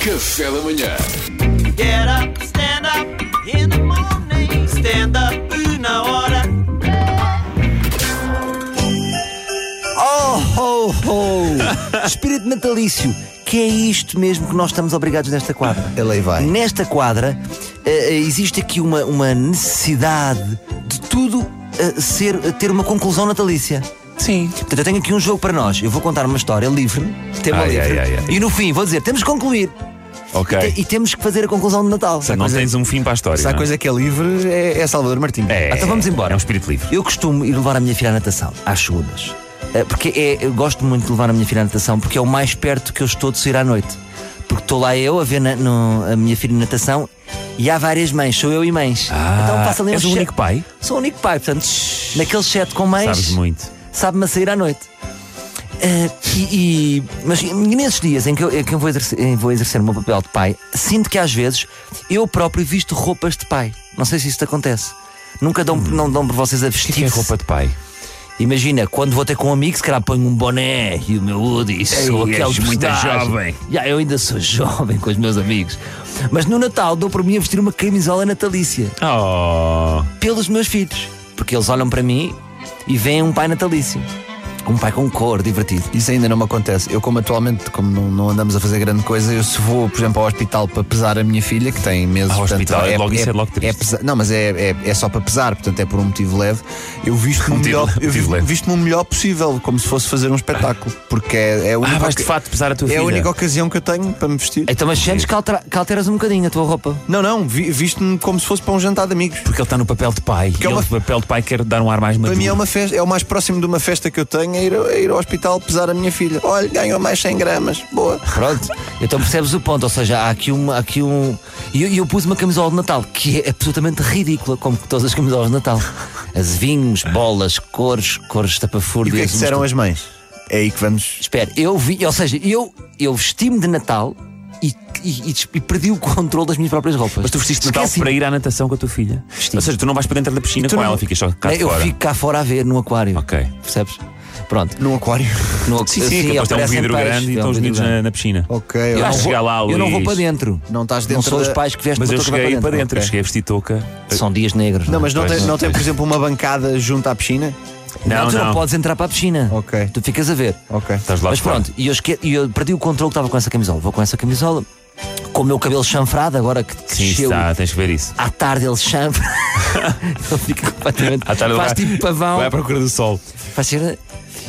Café da manhã. Get up, stand up in the morning. Stand up na hora. Oh, ho, ho! Espírito natalício, que é isto mesmo que nós estamos obrigados nesta quadra. Ele vai. Nesta quadra eh, eh, existe aqui uma, uma necessidade de tudo eh, ser, eh, ter uma conclusão natalícia. Sim. Portanto, eu tenho aqui um jogo para nós. Eu vou contar uma história livre, tema Ai, livre, ai, ai, ai. e no fim vou dizer: temos que concluir Ok. Então, e, e temos que fazer a conclusão de Natal. Não tens um fim para a história. Se há não é? coisa que é livre, é, é Salvador Martins. É, Ah, então vamos embora. É um espírito livre. Eu costumo ir levar a minha filha à natação, às segundas. Eh, Porque é, eu gosto muito de levar a minha filha à natação, porque é o mais perto que eu estou de sair à noite. Porque estou lá eu a ver na- no- a minha filha na natação e há várias mães, sou eu e mães. então passa ali Ah, és uns o sete- único pai? Sou o único pai, portanto, naquele chat com Sabes mães, muito. sabe-me a sair à noite. Eh, e, e- mas nesses dias em que, eu, em que eu vou, exercer, em que vou exercer o meu papel de pai, sinto que às vezes eu próprio visto roupas de pai. Não sei se isso te acontece. Nunca dão, não dão por vocês a O vestir. Hum. que é roupa de pai? Imagina, quando vou ter com um amigo, se calhar ponho um boné e o meu hoodie. Sou és aquele muito personagem. jovem. Já, eu ainda sou jovem com os meus amigos. Mas no Natal dou por mim a vestir uma camisola natalícia Oh. pelos meus filhos. Porque eles olham para mim e veem um pai natalício. Um pai com cor, divertido. Isso ainda não me acontece. Eu, como atualmente, como não, não andamos a fazer grande coisa, eu se vou, por exemplo, ao hospital para pesar a minha filha, que tem meses. Ao portanto, hospital, é logo- isso é logo triste. pesa- Não, mas é, é, é só para pesar, portanto é por um motivo leve. Eu visto-me o Um Motivo- melhor, eu motivo visto- leve. visto-me o melhor possível, como se fosse fazer um espetáculo. Porque é, é a única Ah, vais de oca- fato pesar a tua é filha. a única ocasião que eu tenho para me vestir. Então, mas sentes que, altera- que alteras um bocadinho a tua roupa. Não, não, vi- visto-me como se fosse para um jantar de amigos. Porque ele está no papel de pai. é ele, uma- no papel de pai, quer dar um ar mais maduro. Para mim é uma festa, é o mais próximo de uma festa que eu tenho é ir, é ir ao hospital pesar a minha filha. Olha, ganhou mais 100 gramas. Boa. Pronto. Então percebes o ponto. Ou seja, há aqui um. Há aqui um... E eu, e eu pus uma camisola de Natal que é absolutamente ridícula, como todas as camisolas de Natal. As vinhos, bolas, cores, cores E o que é tapafúrdias. que disseram as mães? É aí que vamos. Espera, eu vi. Ou seja, eu, eu vesti-me de Natal e, e- e- e perdi o controle das minhas próprias roupas. Mas tu vestiste Natal para ir à natação com a tua filha. Vesti. Ou seja, tu não vais para dentro da piscina Tu com não- ela, ficas só cá de É, Eu fora. fico cá fora a ver, num aquário. Ok. Percebes? Pronto. Num aquário. No, assim Sim, sim, depois tem um aparecem vidro peixes, grande e é um estão os vidro miúdos grande. na, na piscina. Ok, Eu eu acho não que vou- chega lá, Eu não vou Luís. para dentro. Não estás dentro Não são da- os pais que vestem Mas uma eu touca cheguei para dentro, eu Ok. cheguei a vestir touca. São dias negros. é? Não, mas não Pois tem, não, não tem, por exemplo, uma bancada junto à piscina? Não, tu não, podes entrar para a piscina. Ok. Tu ficas a ver. Ok. Estás lá Mas de fora. pronto, e eu, esque... e eu perdi o controle que estava com essa camisola. Vou com essa camisola, com o meu cabelo chanfrado, agora que que Sim, desceu. está, tens que ver isso. À tarde ele chanfra. ele fica completamente. À tarde faz vai- tipo pavão. Vai à procura do sol. Faz ser...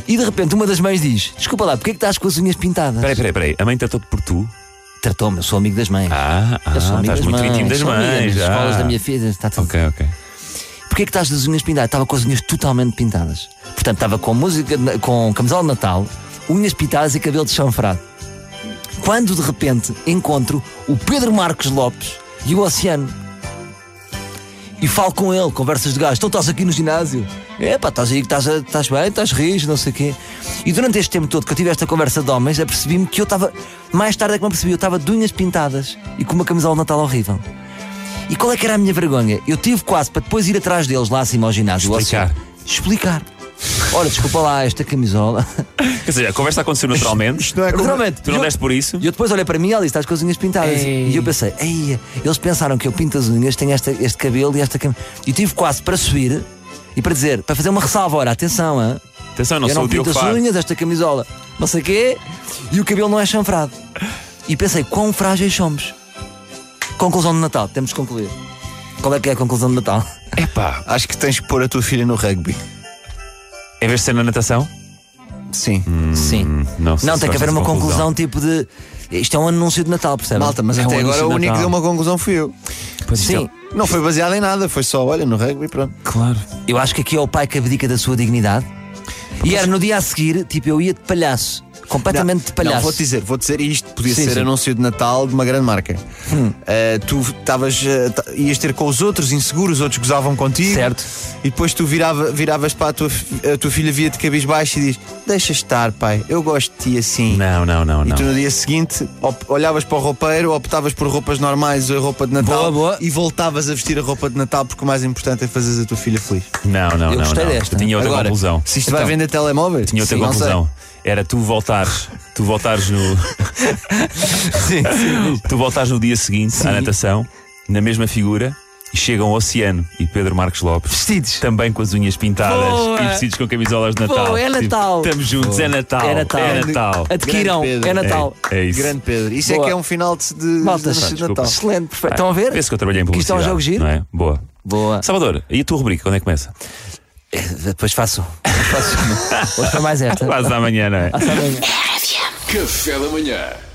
E de repente uma das mães diz: Desculpa lá, porquê é que estás com as unhas pintadas? Peraí, peraí, peraí. A mãe tratou-te por tu. Tratou-me, eu sou amigo das mães. Ah, ah eu sou amigo estás das muito mães. íntimo das sou amigo mães. das ah. escolas da minha filha. Está tudo Ok, ok. Porquê é que estás das unhas pintadas? Estava com as unhas totalmente pintadas. Portanto, estava com música, de- com camisola de Natal, unhas pintadas e cabelo deschanfrado. Quando de repente encontro o Pedro Marcos Lopes e o Oceano. E falo com ele, conversas de gajo. Então estás aqui no ginásio? É pá, estás aí, estás, a- estás bem, estás rijo, não sei o quê. E durante este tempo todo que eu tive esta conversa de homens, apercebi-me que eu estava, mais tarde é que me apercebi, eu estava de unhas pintadas e com uma camisola de Natal horrível. E qual é que era a minha vergonha? Eu tive quase para depois ir atrás deles lá acima ao ginásio. ao Explicar. centro. Explicar. Ora, desculpa lá, esta camisola. Quer dizer, a conversa aconteceu naturalmente. Não é como- Realmente. Tu não eu- deste por isso? E eu depois olhei para mim e ela disse: estás com as unhas pintadas. Ei. E eu pensei: Ei, eles pensaram que eu pinto as unhas, tenho esta- este cabelo e esta cam... E tive quase para subir e para dizer, para fazer uma ressalva: ora, atenção, hã? Atenção, eu não eu sou não o pinto Diogo as Faro. unhas, esta camisola, não sei o quê, e o cabelo não é chanfrado. E pensei: quão frágeis somos. Conclusão de Natal, temos de concluir. Qual é que é a conclusão de Natal? Epá, Acho que tens que pôr a tua filha no rugby. em vez de ser é na natação? Hum. Sim. Sim. Não, sei Não, tem que se faz haver essa uma conclusão. tipo de. Isto é um anúncio de Natal, percebe? Malta, mas É um até anúncio agora o de único que Natal. deu uma conclusão fui eu. Pois isto Sim, é- Não foi baseado em nada, foi só, olha, no rugby, pronto. Claro. eu acho que aqui é o pai que abdica da sua dignidade. E era no dia a seguir, tipo, eu ia de palhaço. Completamente de palhaço. Não, vou dizer, vou dizer isto. Podia Sim, ser sim. Hum. anúncio de Natal de uma grande marca. Ah, tu estavas, ah, ta- ias ter com os outros inseguros, os outros gozavam contigo. Certo. E depois tu virava, viravas para a tua, fi- a tua filha via-te cabisbaixo e diz: Deixa estar, pai, eu gosto de ti assim. Não, não, não, E não. tu no dia seguinte op- olhavas para o roupeiro, optavas por roupas normais ou roupa de Natal Boa, boa. e voltavas a vestir a roupa de Natal porque o mais importante é fazeres a tua filha feliz. Não, Eu não, não. gostei não. desta. Tinha outra Agora, conclusão. se isto Então, vai vender telemóveis, Tinha outra Sim, não sei. conclusão. Era tu voltares, tu voltares no, Sim, sim. Tu voltas no dia seguinte à natação, na mesma figura, e chegam ao Oceano e Pedro Marcos Lopes. Vestidos. Também com as unhas pintadas Boa. e vestidos com camisolas de Natal. Boa, é Tipo, Natal. Estamos juntos, é Natal. É Natal. É Natal. Adquiram, Grande Pedro. é Natal. É, é isso. Grande Pedro. Isso é Boa. que é um final de, de, Malta, de- de desculpa. Natal. Excelente, perfeito. Estão a ver? Penso que eu trabalhei em Isto é publicidade. um jogo giro. Não é? Boa. Boa. Salvador, e a tua rubrica, quando é que começa? Depois faço. faço. Hoje foi mais esta. Quase da manhã, não é? Café da manhã.